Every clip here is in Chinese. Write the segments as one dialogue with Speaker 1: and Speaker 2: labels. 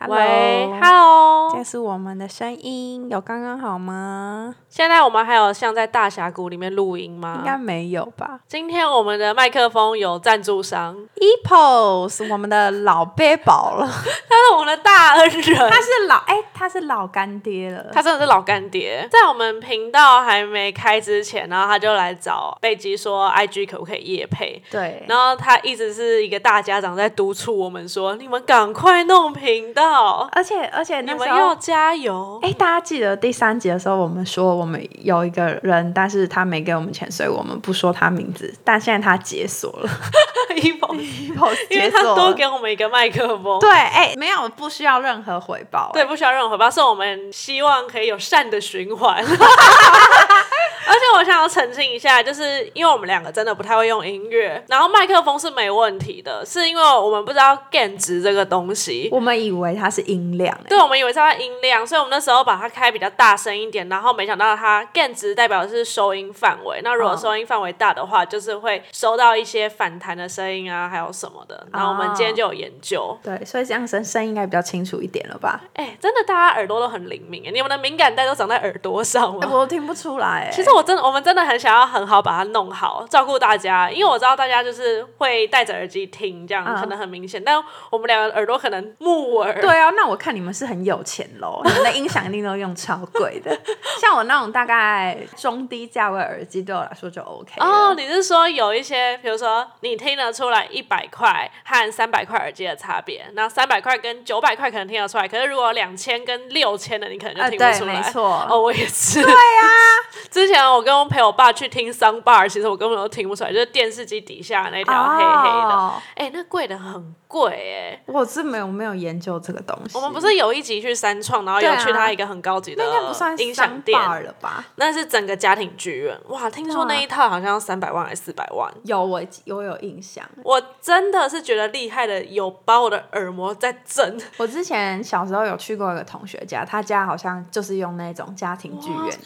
Speaker 1: 喂
Speaker 2: Hello
Speaker 1: ，Hello，
Speaker 2: 这是我们的声音，有刚刚好吗？
Speaker 1: 现在我们还有像在大峡谷里面录音吗
Speaker 2: 应？该没有吧 E
Speaker 1: 今天我们的麦克风有赞助商，
Speaker 2: ？Epos，我们的老背宝了，
Speaker 1: 他是我们的大恩人
Speaker 2: 他，是老哎、他是老干爹了。
Speaker 1: 他真的是老干爹。在我们频道还没开之前，然后他就来找贝基说，IG 可不可以夜配？
Speaker 2: 对，
Speaker 1: 然后他一直是一个大家长在督促我们说，你们赶快弄频道，
Speaker 2: 而且而且
Speaker 1: 你
Speaker 2: 那
Speaker 1: 们
Speaker 2: 时
Speaker 1: 要
Speaker 2: 候。
Speaker 1: 加 油。
Speaker 2: 哎，大家记得第三集的时候，我们说我们有一个人，但是他没给我们钱，所以我们不说他名字。但现在他解锁了
Speaker 1: 一封
Speaker 2: ，Epos
Speaker 1: 因为
Speaker 2: 解
Speaker 1: 他
Speaker 2: 锁
Speaker 1: 多
Speaker 2: 了。
Speaker 1: 给我们一个麦克风。
Speaker 2: 对，哎，没有不需要任何回报。
Speaker 1: 对，，不需要任何回报，是我们希望可以有善的循环。 而且我想要澄清一下，就是因为我们两个真的不太会用音乐，然后麦克风是没问题的，是因为我们不知道 gain 值这个东西。
Speaker 2: 我们以为他是音量，哎
Speaker 1: 对，我们以为是它音量，所以我们那时候把它开比较大声一点，然后没想到它 gain 值代表的是收音范围。那如果
Speaker 2: 嗯
Speaker 1: 收音范围大的话，就是会收到一些反弹的声音啊，还有什么的。然后我们今天就有研究，
Speaker 2: 对，所以这样声声音应该比较清楚一点了吧？
Speaker 1: 哎、真的大家耳朵都很灵敏，你们的敏感带都长在耳朵上吗？
Speaker 2: 哎我听不出来、欸
Speaker 1: 其实我真的，我们真的很想要很好把它弄好，照顾大家，因为我知道大家就是会戴着耳机听，这样、
Speaker 2: 嗯
Speaker 1: 可能很明显，但我们两个耳朵可能木耳。
Speaker 2: 对啊，那我看你们是很有钱喽，你们的音响一定都用超贵的。像我那种大概中低价位耳机，对我来说就 OK 了。
Speaker 1: 哦，你是说有一些，比如说你听得出来一百块和三百块耳机的差别，那三百块跟九百块可能听得出来，可是如果两千跟六千的，你可能
Speaker 2: 啊
Speaker 1: 就听不
Speaker 2: 对，
Speaker 1: 出来。
Speaker 2: 没错。啊
Speaker 1: 哦，我也是。对呀、 之前我跟我陪我爸去听 Sound Bar，其实我根本都听不出来，就是电视机底下那条黑黑的。
Speaker 2: 哦
Speaker 1: 哎、那贵的很贵哎、
Speaker 2: 我是没有没有研究这个东西。
Speaker 1: 我们不是有一集去三创，然后
Speaker 2: 对
Speaker 1: 有
Speaker 2: 啊
Speaker 1: 去他一个很高级的
Speaker 2: 那应该不算
Speaker 1: 音响
Speaker 2: 商
Speaker 1: 店，
Speaker 2: bar 啊了吧？
Speaker 1: 那是整个家庭剧院。哇，听说
Speaker 2: 哇
Speaker 1: 那一套好像要三百万还是四百万。
Speaker 2: 有我我有印象，
Speaker 1: 我真的是觉得厉害的，有把我的耳膜在震。
Speaker 2: 我之前小时候有去过一个同学家，他家好像就是用那种家庭剧院，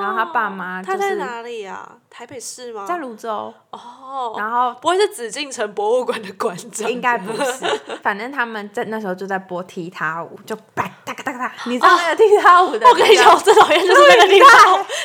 Speaker 2: 然后他爸妈就
Speaker 1: 他在
Speaker 2: 是
Speaker 1: 哪里啊？台北市吗？
Speaker 2: 在泸州，
Speaker 1: 哦，
Speaker 2: 然后
Speaker 1: 不会是紫禁城博物馆的馆长？
Speaker 2: 应该不是，反正他们在那时候就在播踢踏舞，就吧哒嘎哒嘎哒，你知道那个踢踏舞的、
Speaker 1: 哦我跟你讲，我，最讨厌就是那个地方，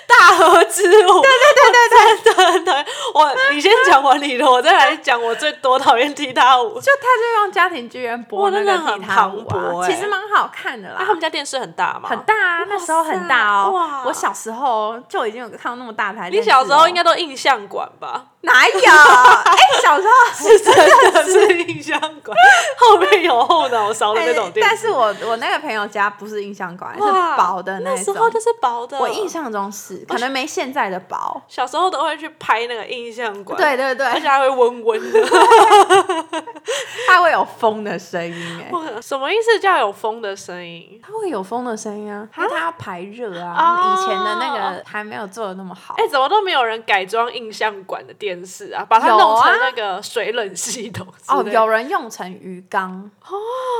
Speaker 1: 大河之舞。对对对对对， 真的。我你先讲完你的，我再来讲我最多讨厌踢踏舞。
Speaker 2: 就他就用家庭剧院播
Speaker 1: 哇
Speaker 2: 那
Speaker 1: 那
Speaker 2: 个
Speaker 1: 个很
Speaker 2: 踢踏舞
Speaker 1: 磅礴
Speaker 2: 啊，
Speaker 1: 欸
Speaker 2: 其实蛮好看的
Speaker 1: 啊，他
Speaker 2: 啦。
Speaker 1: 们家电视很大吗？
Speaker 2: 很大啊，那时候很大哦
Speaker 1: 哇。
Speaker 2: 我小时候就已经有看到那么大台
Speaker 1: 你
Speaker 2: 电视了。
Speaker 1: 小时候应该都印象馆吧？
Speaker 2: 哪有？哎、小时候
Speaker 1: 是真的 是印象馆，后面有后脑勺的那种电
Speaker 2: 哎但
Speaker 1: 视。
Speaker 2: 是我我那个朋友家不是印象馆，是
Speaker 1: 哇
Speaker 2: 薄的
Speaker 1: 那时
Speaker 2: 种。
Speaker 1: 候就是薄的。
Speaker 2: 我印象中是，可能没现在的薄。
Speaker 1: 小时候都会去拍那个印象馆，，
Speaker 2: 对对对
Speaker 1: 而，且还会温温的。
Speaker 2: 它会有风的声音哎。
Speaker 1: 哇什么意思叫有风的声音？
Speaker 2: 它会有风的声音啊，因为它要排热
Speaker 1: 哦
Speaker 2: 啊。以前的那个还没有做的那么好。
Speaker 1: 哎、怎么都没有人改装印象馆的电视啊？把它
Speaker 2: 有啊
Speaker 1: 弄成那个水冷系统之
Speaker 2: 哦，
Speaker 1: 类的
Speaker 2: 有人用成鱼缸哦，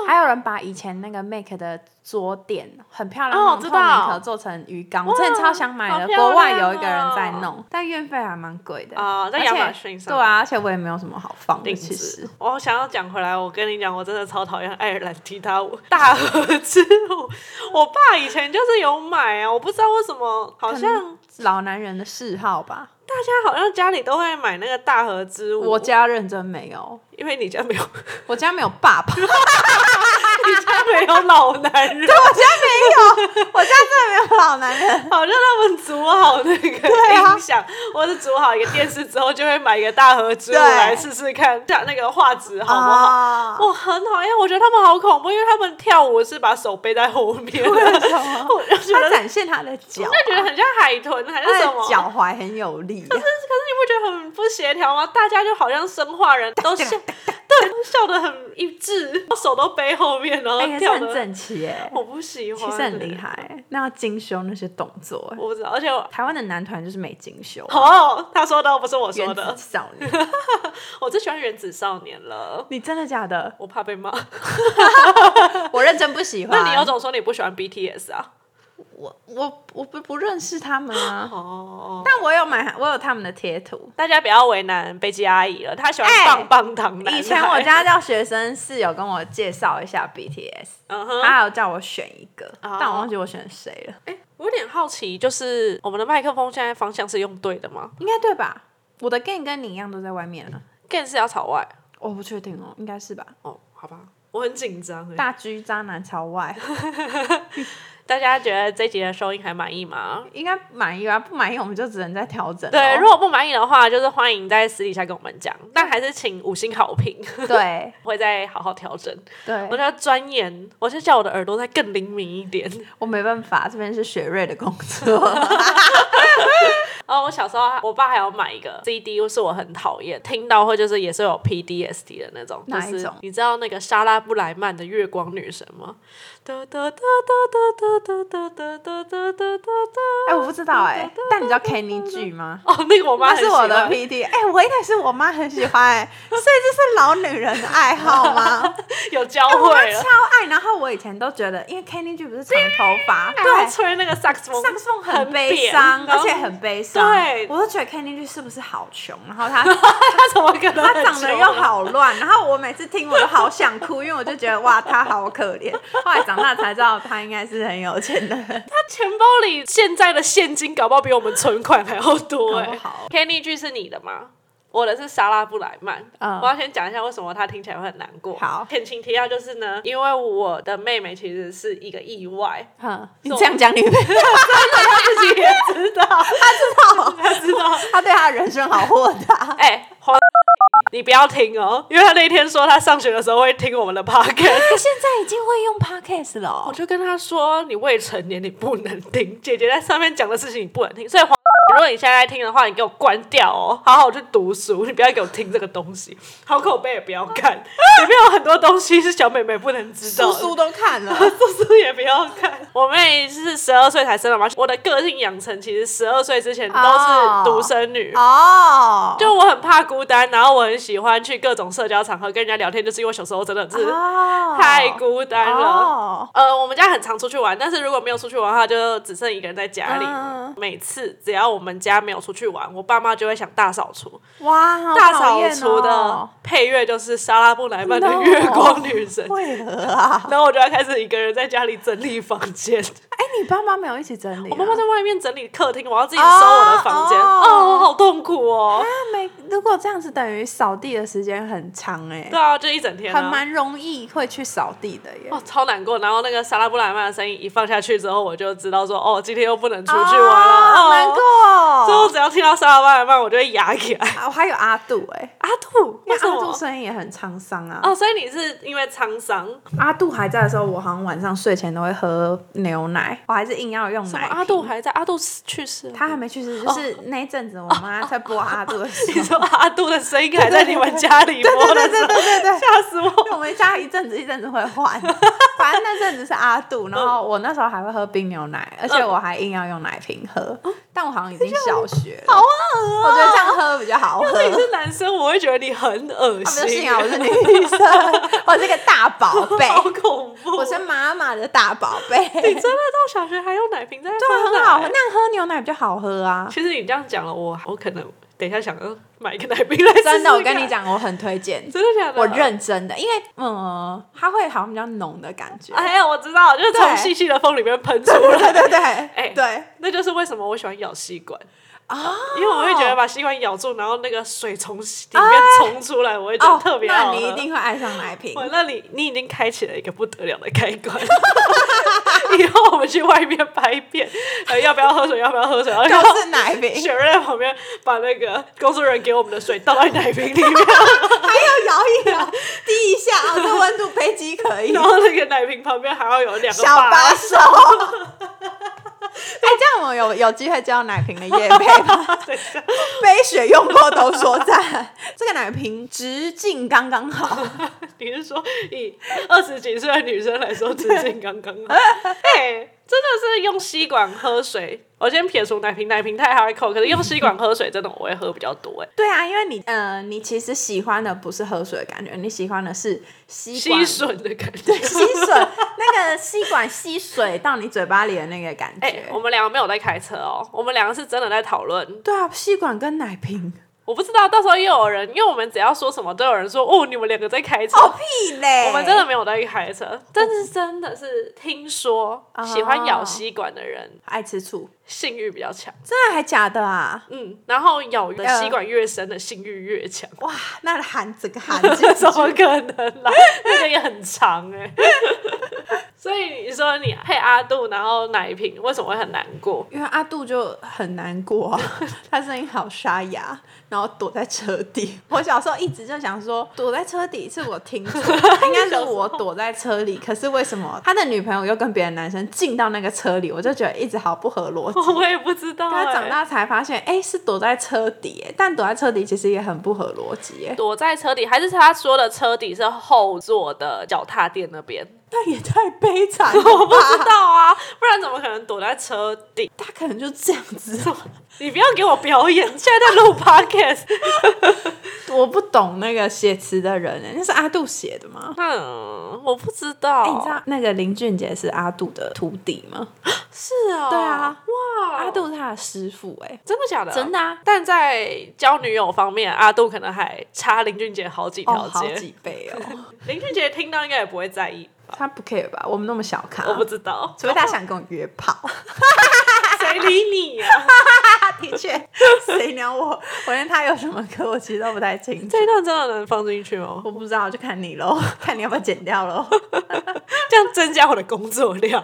Speaker 2: 还有人把以前那个 Make 的桌垫很漂亮，
Speaker 1: 哦
Speaker 2: 那
Speaker 1: 我知
Speaker 2: 种
Speaker 1: 道
Speaker 2: 透明壳做成鱼缸，我真的超想买
Speaker 1: 好
Speaker 2: 的。
Speaker 1: 漂亮哦
Speaker 2: 国外有一个人在弄，但运费还蛮贵的
Speaker 1: 啊、在
Speaker 2: 而且
Speaker 1: 亚马逊上
Speaker 2: 对啊，而且我也没有什么好放的，
Speaker 1: 定
Speaker 2: 其
Speaker 1: 制
Speaker 2: 实。。
Speaker 1: 我想要讲回来，我跟你讲，我真的超讨厌爱尔兰踢踏舞、大河 之舞。我爸以前就是有买啊，我不知道为什么，好像
Speaker 2: 老男人的嗜好吧，
Speaker 1: 大家好像家里都会买那个大河之舞。
Speaker 2: 我家认真没有，
Speaker 1: 因为你家没有， 你
Speaker 2: 我家没有爸 爸，我
Speaker 1: 家没有老男 人，
Speaker 2: 家没有，我家真的没有老男人。
Speaker 1: 好像他们组好那个
Speaker 2: 啊
Speaker 1: 音响，或是组好一个电视之后，就会买一个大河之舞
Speaker 2: 对
Speaker 1: 来试试看，这样那个画质好不好？
Speaker 2: 啊
Speaker 1: 我很讨厌，我觉得他们好恐怖，因为他们跳舞是把手背在后 面，我就觉
Speaker 2: 他
Speaker 1: 得。
Speaker 2: 展现他的 脚，
Speaker 1: 就觉得很像海豚还是
Speaker 2: 他
Speaker 1: 什么？
Speaker 2: 的脚踝很有力、啊。
Speaker 1: 可是你不觉得很不协调吗？大家就好像生化人，都笑，对，都笑得很一致，手都背后面，然后
Speaker 2: 哎、也是
Speaker 1: 跳
Speaker 2: 很
Speaker 1: 的，
Speaker 2: 整齐哎、
Speaker 1: 我不喜欢，
Speaker 2: 其实很厉，害。那要精修那些动作、
Speaker 1: 我不知道，而且我
Speaker 2: 台湾的男团就是没精修、啊。
Speaker 1: 哦，他说的不是我说
Speaker 2: 原
Speaker 1: 的
Speaker 2: 子，少 年，
Speaker 1: 我最喜欢原子少年了。
Speaker 2: 你真的假的？
Speaker 1: 我怕被骂，
Speaker 2: 我认真不喜欢。
Speaker 1: 那你有种说你不喜欢 BTS 啊？
Speaker 2: 我我我不不认识他们啊，
Speaker 1: 哦，
Speaker 2: 但我有买，我有他们的贴图。
Speaker 1: 大家不要为难北极阿姨了，她喜欢
Speaker 2: 哎
Speaker 1: 棒棒糖男孩、
Speaker 2: 以前我家教学生室友跟我介绍一下 BTS，、
Speaker 1: 嗯哼，
Speaker 2: 他还有叫我选一个，
Speaker 1: 哦
Speaker 2: 但我忘记我选谁了，
Speaker 1: 我有点好奇，就是我们的麦克风现在方向是用对的吗
Speaker 2: 应该对吧？我的 gain 跟你一样都在外面啊了，
Speaker 1: ？Gain 是要朝外
Speaker 2: 我不确定哦，应该是吧？
Speaker 1: 哦，好吧，我很紧张哎。
Speaker 2: 大 G 渣男朝外，
Speaker 1: 大家觉得这集的收音还满意吗？
Speaker 2: 应该满意吧？不满意我们就只能再调整咯。
Speaker 1: 对，如果不满意的话，就是欢迎在私底下跟我们讲，但还是请五星好评，
Speaker 2: 对
Speaker 1: 我会再好好调整。我
Speaker 2: 对，
Speaker 1: 就要钻研，我就叫我的耳朵再更灵敏一点。
Speaker 2: 我没办法，这边是雪瑞的工作。
Speaker 1: 哦，我小时候我爸还有买一个 CD，是我很讨厌，听到会就是也是有 PDSD 的那种，就
Speaker 2: 哪一
Speaker 1: 是
Speaker 2: 种
Speaker 1: 你知道那个莎拉布莱曼的《月光女神》吗？哒哒哒哒哒哒哒哒哒哒哒
Speaker 2: 哎、我不知道哎、但你知道 Kenny G 吗？
Speaker 1: 哦，那个我妈
Speaker 2: 那
Speaker 1: 很
Speaker 2: 是
Speaker 1: 喜
Speaker 2: 我的
Speaker 1: 欢。
Speaker 2: PD，哎、我一开始我妈很喜欢、哎，所以这是老女人的爱好 吗？
Speaker 1: 有教
Speaker 2: 哎我妈
Speaker 1: 会啊了
Speaker 2: 超，爱，然后我以前都觉得，因为 Kenny G 不是长头发，
Speaker 1: 然后
Speaker 2: 对，
Speaker 1: 吹那个萨克斯风，
Speaker 2: 上颂
Speaker 1: 啊很
Speaker 2: 很悲
Speaker 1: 扁
Speaker 2: 伤，
Speaker 1: 然
Speaker 2: 而
Speaker 1: 后
Speaker 2: 且很悲伤，
Speaker 1: 对
Speaker 2: 我都觉得 Kenny G 是不是好穷，然后他
Speaker 1: 他怎么可能
Speaker 2: 他
Speaker 1: 很
Speaker 2: 长得
Speaker 1: 穷啊
Speaker 2: 又好乱，然后我每次听我都好想哭，因为我就觉得哇，他好可怜。后来长大才知道他应该是很有钱的人，
Speaker 1: 他钱包里现在的现金搞不好比我们存款还要多哎、
Speaker 2: 搞不好
Speaker 1: Kenny G 是你的吗？我的是莎拉布莱曼。
Speaker 2: 嗯
Speaker 1: 我要先讲一下为什么他听起来会很难过。
Speaker 2: 好
Speaker 1: 前情提要就是呢，因为我的妹妹其实是一个意外，
Speaker 2: 哼，嗯你
Speaker 1: 是我
Speaker 2: 这样讲你妹，
Speaker 1: 她自己也知道，她知道，她知道。
Speaker 2: 他对他的人生好豁 达，
Speaker 1: 哎、黄，你不要听哦，因为她那天说她上学的时候会听我们的 podcast。
Speaker 2: 他现在已经会用 podcast 了
Speaker 1: 我
Speaker 2: 哦、
Speaker 1: 就跟他说：“你未成年，你不能听。姐姐在上面讲的事情你不能听，所以黄，如果你现在在听的话，你给我关掉哦，好好去读书，你不要给我听这个东西，好口碑也不要看，里面有很多东西是小妹妹不能知道
Speaker 2: 叔
Speaker 1: 的。
Speaker 2: 叔都看了，
Speaker 1: 叔叔也不要看。我妹是十二岁才生的嘛，我的个性养成其实十二岁之前都是独生女。
Speaker 2: 哦，
Speaker 1: 就我很怕孤单，然后我很喜欢去各种社交场合跟人家聊天，就是因为我小时候真的是
Speaker 2: 哦
Speaker 1: 太孤单了。
Speaker 2: 哦
Speaker 1: 呃，我们家很常出去玩，但是如果没有出去玩的话，就只剩一个人在家里。
Speaker 2: 嗯
Speaker 1: 每次只要我们家没有出去玩，我爸妈就会想大扫除。
Speaker 2: 哇，好
Speaker 1: 大
Speaker 2: 讨
Speaker 1: 扫
Speaker 2: 厌
Speaker 1: 除的
Speaker 2: 哦
Speaker 1: 配乐就是莎拉布莱曼的
Speaker 2: No
Speaker 1: 《月光女 神》
Speaker 2: 为何啊？
Speaker 1: 然后我就要开始一个人在家里整理房 间。
Speaker 2: 哎，你爸妈没有一起整理啊？
Speaker 1: 我妈妈在外面整理客厅，我要自己收我的房间。
Speaker 2: 哦
Speaker 1: 哦
Speaker 2: 哦
Speaker 1: 好痛苦哦。
Speaker 2: 那啊没，如果这样子等于扫地的时间很长哎、
Speaker 1: 对啊，就一整天、啊。
Speaker 2: 很蛮容易会去扫地的耶。
Speaker 1: 哦，超难过。然后那个莎拉布莱曼的声音一放下去之后，我就知道说，哦，今天又不能出去玩了，
Speaker 2: 好
Speaker 1: 哦
Speaker 2: 难过
Speaker 1: 所以我
Speaker 2: 哦。
Speaker 1: 只要听到莎拉布莱曼，我就会压起来。
Speaker 2: 啊，我还有阿杜哎、
Speaker 1: 阿杜，
Speaker 2: 因
Speaker 1: 为
Speaker 2: 为
Speaker 1: 什
Speaker 2: 阿杜
Speaker 1: 么？
Speaker 2: 声音也很沧桑啊。
Speaker 1: 哦，所以你是因为沧桑？
Speaker 2: 阿杜还在的时候，我好像晚上睡前都会喝牛奶，我还是硬要用
Speaker 1: 怎
Speaker 2: 奶
Speaker 1: 么
Speaker 2: 瓶。
Speaker 1: 阿杜还在？阿杜死去世了。
Speaker 2: 他还没去世，就是那一阵子我妈在播阿杜的时候
Speaker 1: 你说阿杜的声音还在你们家里播的
Speaker 2: 对
Speaker 1: 时
Speaker 2: 对
Speaker 1: 候，
Speaker 2: 对对对。
Speaker 1: 吓死我！
Speaker 2: 因为我们家一阵子一阵子会换，反正那阵子是阿杜，然后我那时候还会喝冰牛奶，而且我还硬要用奶瓶喝，但我好像已经小学了，
Speaker 1: 好恶
Speaker 2: 我觉得这样喝比较好喝。
Speaker 1: 你是男生，我会觉得你很恶
Speaker 2: 啊，不
Speaker 1: 心。
Speaker 2: 行啊，我是女生，我是个大宝 贝，
Speaker 1: 好恐怖！
Speaker 2: 我是妈妈的大宝贝，
Speaker 1: 你真的到小学还用奶瓶在那
Speaker 2: 对，
Speaker 1: 喝
Speaker 2: 啊很好喝，
Speaker 1: 奶
Speaker 2: 那样喝牛奶比较好喝啊。
Speaker 1: 其实你这样讲了，我我可能等一下想要买一个奶瓶来试试
Speaker 2: 真的，我跟
Speaker 1: 看
Speaker 2: 你，讲，我很推荐，
Speaker 1: 真的假的？
Speaker 2: 我。认真的，因为嗯，它会好像比较浓的感觉。
Speaker 1: 哎呀，我知道，就是从
Speaker 2: 对
Speaker 1: 细细的缝里面喷出来。
Speaker 2: 啊 对对
Speaker 1: 哎
Speaker 2: 对，
Speaker 1: 那就是为什么我喜欢咬吸管啊，因为我会觉得把吸管咬住，然后那个水从里面冲出来，我会觉
Speaker 2: 哦
Speaker 1: 得特，别好
Speaker 2: 那
Speaker 1: 喝。
Speaker 2: 你一定会爱上奶瓶。
Speaker 1: 哇，那你你已经开启了一个不得了的开关。 以后我们去外面拍片，呃，要不要喝水？要不要喝水？然后
Speaker 2: 都是奶瓶，
Speaker 1: 雪瑞在旁边把那个工作人员给我们的水倒到奶瓶 里
Speaker 2: 还
Speaker 1: 面，
Speaker 2: 要摇一摇，滴一下啊，这温度飞机可以
Speaker 1: 然。后那个奶瓶旁边还要有两个
Speaker 2: 小
Speaker 1: 把
Speaker 2: 把手，哎，这样我有有机会接到奶瓶的夜配 吗？
Speaker 1: 等一下
Speaker 2: 杯水用过都说赞，这个奶瓶直径刚刚好。
Speaker 1: 你是说以二十几岁的女生来说，直径刚刚好？哎，真的是用吸管喝水。我先撇除奶瓶，奶瓶太 high 口，可是用吸管喝水真的我会喝比较多哎、
Speaker 2: 对啊，因为你呃，你其实喜欢的不是喝水的感觉，你喜欢的是吸管
Speaker 1: 吸吮的感觉。
Speaker 2: 对吸吮那个吸管吸水到你嘴巴里的那个感 觉。
Speaker 1: 哎、我们两个没有在开车哦，我们两个是真的在讨论。
Speaker 2: 对啊，吸管跟奶瓶。
Speaker 1: 我不知道到时候又有人，因为我们只要说什么，都有人说哦，你们两个在开车。
Speaker 2: 哦屁嘞！
Speaker 1: 我们真的没有在开车，但是真的是听说
Speaker 2: 哦
Speaker 1: 喜欢咬吸管的人
Speaker 2: 爱吃醋，
Speaker 1: 性欲比较强，
Speaker 2: 真的还假的啊？
Speaker 1: 嗯，然后咬的吸管越深的性欲越强，
Speaker 2: 哇，那含整个含进去
Speaker 1: 怎么可能啦？啊 那个也很长哎、 所以你说你配阿杜，然后奶瓶为什么会很难过？
Speaker 2: 因为阿杜就很难过、啊， 他声音好沙哑，然后躲在车底。 我小时候一直就想说，躲在车底是我听错，应该是我躲在车里。可是为什么他的女朋友又跟别的男生进到那个车里？我就觉得一直好不合 逻辑。
Speaker 1: 我也不知道、欸。
Speaker 2: 他长大才发现，哎、是躲在车底耶，但躲在车底其实也很不合逻辑耶，
Speaker 1: 躲在车底，还是他说的车底是后座的脚踏垫那边？
Speaker 2: 那也太悲惨了
Speaker 1: 我不知
Speaker 2: 吧？
Speaker 1: 道啊，不然怎么可能躲在车底？
Speaker 2: 他可能就这样子，
Speaker 1: 你不要给我表演，现在在录 podcast。
Speaker 2: 我不懂那个写词的人耶，那是阿杜写的吗？
Speaker 1: 嗯，我不知道。
Speaker 2: 哎、你知道那个林俊杰是阿杜的徒弟吗？
Speaker 1: 是哦？
Speaker 2: 对啊，
Speaker 1: 哇，
Speaker 2: 阿杜是他的师傅、哎，
Speaker 1: 真的假的？
Speaker 2: 真
Speaker 1: 的。
Speaker 2: 的啊，
Speaker 1: 但在交女友方面，阿杜可能还差林俊杰好几条
Speaker 2: 哦，
Speaker 1: 街。
Speaker 2: 好几倍 哦，
Speaker 1: 林俊杰听到应该也不会在意吧？
Speaker 2: 他不 care 吧？我们那么小咖，
Speaker 1: 我不知道，
Speaker 2: 除非他想跟我约 炮，
Speaker 1: 谁理你啊？
Speaker 2: 他的确，谁鸟我？我连他有什么歌，我其实都不太清楚
Speaker 1: 这。一段真的能放进去吗？
Speaker 2: 我不知道，就看你喽， 看你要不要剪掉 喽。
Speaker 1: 这样增加我的工作量，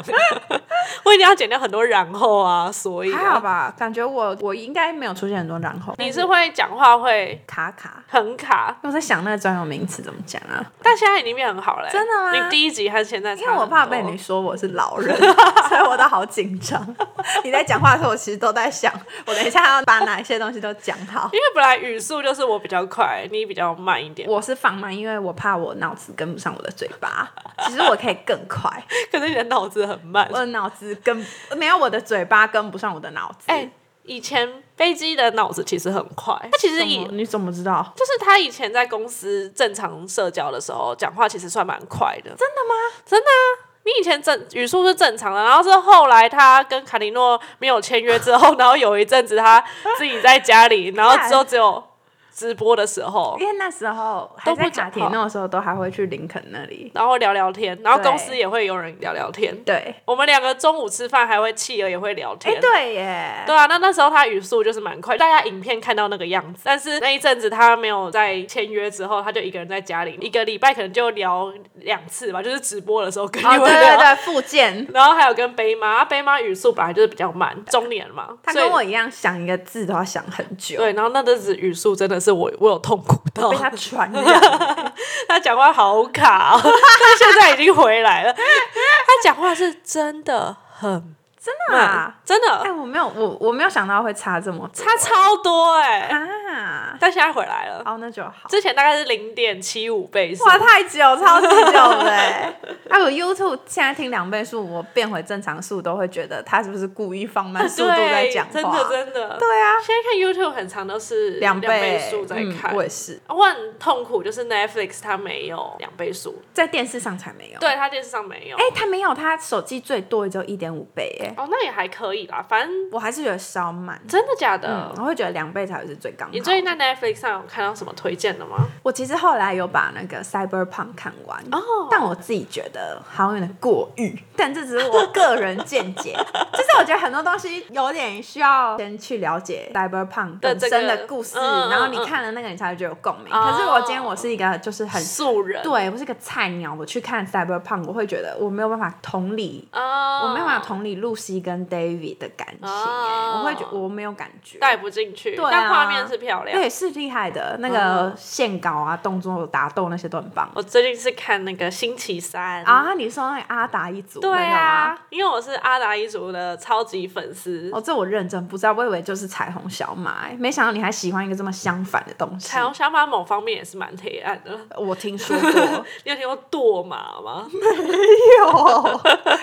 Speaker 1: 我一定要减掉很多然后啊，所以、
Speaker 2: 还好
Speaker 1: 啊、
Speaker 2: 吧，感觉我我应该没有出现很多然后。
Speaker 1: 你是会讲话会
Speaker 2: 卡卡？
Speaker 1: 很卡，
Speaker 2: 因为我在想那个专有名词怎么讲啊？
Speaker 1: 但现在已经变很好了欸、
Speaker 2: 真的吗
Speaker 1: 你第一集还是现在？
Speaker 2: 因为我怕被你，说我是老人， 所以我都好紧张。 你在讲话的时候，我其实都在想，我等一下要把哪一些东西都讲好。
Speaker 1: 因为本来语速就是我比较快，你比较慢一点，
Speaker 2: 我是放慢，因为我怕我脑子跟不上我的嘴巴。其实我可以更 快，
Speaker 1: 可是你的脑子很慢
Speaker 2: 我。的脑子跟没有我的嘴巴跟不上我的脑子。
Speaker 1: 哎、以前飞机的脑子其实很快，他其实
Speaker 2: 怎
Speaker 1: 以
Speaker 2: 么你怎么知道？
Speaker 1: 就是他以前在公司正常社交的时候，讲话其实算蛮快的。真的吗？真的啊！你以前正语速是正常的，然后是后来他跟卡迪诺没有签约之后，然后有一阵子他自己在家里，然后之后只有直播的时候，
Speaker 2: 因为那时候还
Speaker 1: 都不
Speaker 2: 在
Speaker 1: 讲
Speaker 2: 卡铁
Speaker 1: 话
Speaker 2: 那的时候，都还会去林肯那里。
Speaker 1: 然后聊聊天，然后
Speaker 2: 对
Speaker 1: 公司也会有人聊聊天。
Speaker 2: 对，
Speaker 1: 我们两个中午吃饭还会企鹅也会聊
Speaker 2: 哎、
Speaker 1: 天。
Speaker 2: 对耶，
Speaker 1: 对啊，那那时候他语速就是蛮快，大家影片看到那个样子。但是那一阵子他没有在签约之后，他就一个人在家里，一个礼拜可能就聊两次吧，就是直播的时候跟你
Speaker 2: 哦，
Speaker 1: 们
Speaker 2: 对对
Speaker 1: 聊。
Speaker 2: 对，附件，
Speaker 1: 然后还有跟杯妈，啊杯妈语速本来就是比较慢，中年嘛，
Speaker 2: 他
Speaker 1: 所以
Speaker 2: 跟我一样，想一个字都要想很久，
Speaker 1: 对，然后那阵子语速真的是我我有痛苦到
Speaker 2: 被，他传染。
Speaker 1: 他讲话好卡、 哦，但现在已经回来了。他讲话是真的很
Speaker 2: 真的
Speaker 1: 慢
Speaker 2: 啊，？
Speaker 1: 真
Speaker 2: 哎、
Speaker 1: 的
Speaker 2: 我没有，我我没有想到会差这么多
Speaker 1: 差超多哎、
Speaker 2: 啊！
Speaker 1: 但现在回来了。
Speaker 2: 哦，那就好。
Speaker 1: 之前大概是零点七五倍速，
Speaker 2: 哇，太久，超级久的哎！ 哎，我 YouTube 现在听两倍速，我变回正常速都会觉得他是不是故意放慢速度在讲话？
Speaker 1: 对真的真的。
Speaker 2: 对啊，
Speaker 1: 现在看 YouTube 很长都是
Speaker 2: 两
Speaker 1: 倍速在看
Speaker 2: 嗯，，我也是，
Speaker 1: 我很痛苦，就是 Netflix 它没有两倍速，
Speaker 2: 在电视上才没有。，
Speaker 1: 对，它电视上没有。
Speaker 2: 哎、他没有，他手机最多也就一点五倍哎，
Speaker 1: 哦，那也还可以啦，反正
Speaker 2: 我还是觉得稍慢。
Speaker 1: 真的假
Speaker 2: 嗯
Speaker 1: 的，？
Speaker 2: 我会觉得两倍才是最刚好。
Speaker 1: 你最近在 Netflix 上有看到什么推荐的吗？
Speaker 2: 我其实后来有把那个 Cyberpunk 看完，
Speaker 1: 哦
Speaker 2: 但我自己觉得好像有点过誉，但这只是我个人见 解。就是我觉得很多东西有点需要先去了解 Cyberpunk
Speaker 1: 的
Speaker 2: 本
Speaker 1: 这个
Speaker 2: 身的故事，
Speaker 1: 嗯
Speaker 2: 然后
Speaker 1: 嗯
Speaker 2: 你
Speaker 1: 嗯
Speaker 2: 看了那个你才会觉得有共鸣。
Speaker 1: 哦
Speaker 2: 可是我今天我是一个就是很。
Speaker 1: 素人
Speaker 2: 嗯对，我是个菜鸟，我去看 Cyberpunk，我会觉得我没有办法同理，
Speaker 1: 啊，
Speaker 2: 我没有办法同理露西跟 David 的感情、欸，
Speaker 1: 哦
Speaker 2: 我会觉我没有感觉，
Speaker 1: 带不进去，
Speaker 2: 对啊
Speaker 1: 但画面是漂亮。
Speaker 2: 对，是厉害的。那
Speaker 1: 嗯
Speaker 2: 个线稿啊、动作打斗那些都很棒
Speaker 1: 我最近是看那个星期三。
Speaker 2: 啊！你说那个阿达一族，
Speaker 1: 对
Speaker 2: 那个吗，
Speaker 1: 啊，因为我是阿达一族的超级粉丝，
Speaker 2: 哦，这我认真不知道，我以为就是彩虹小马、欸，没想到你还喜欢一个这么相反的东西
Speaker 1: 彩。虹小马某方面也是蛮黑暗的。
Speaker 2: 我听 说过，
Speaker 1: 你有听过堕马吗？ 哦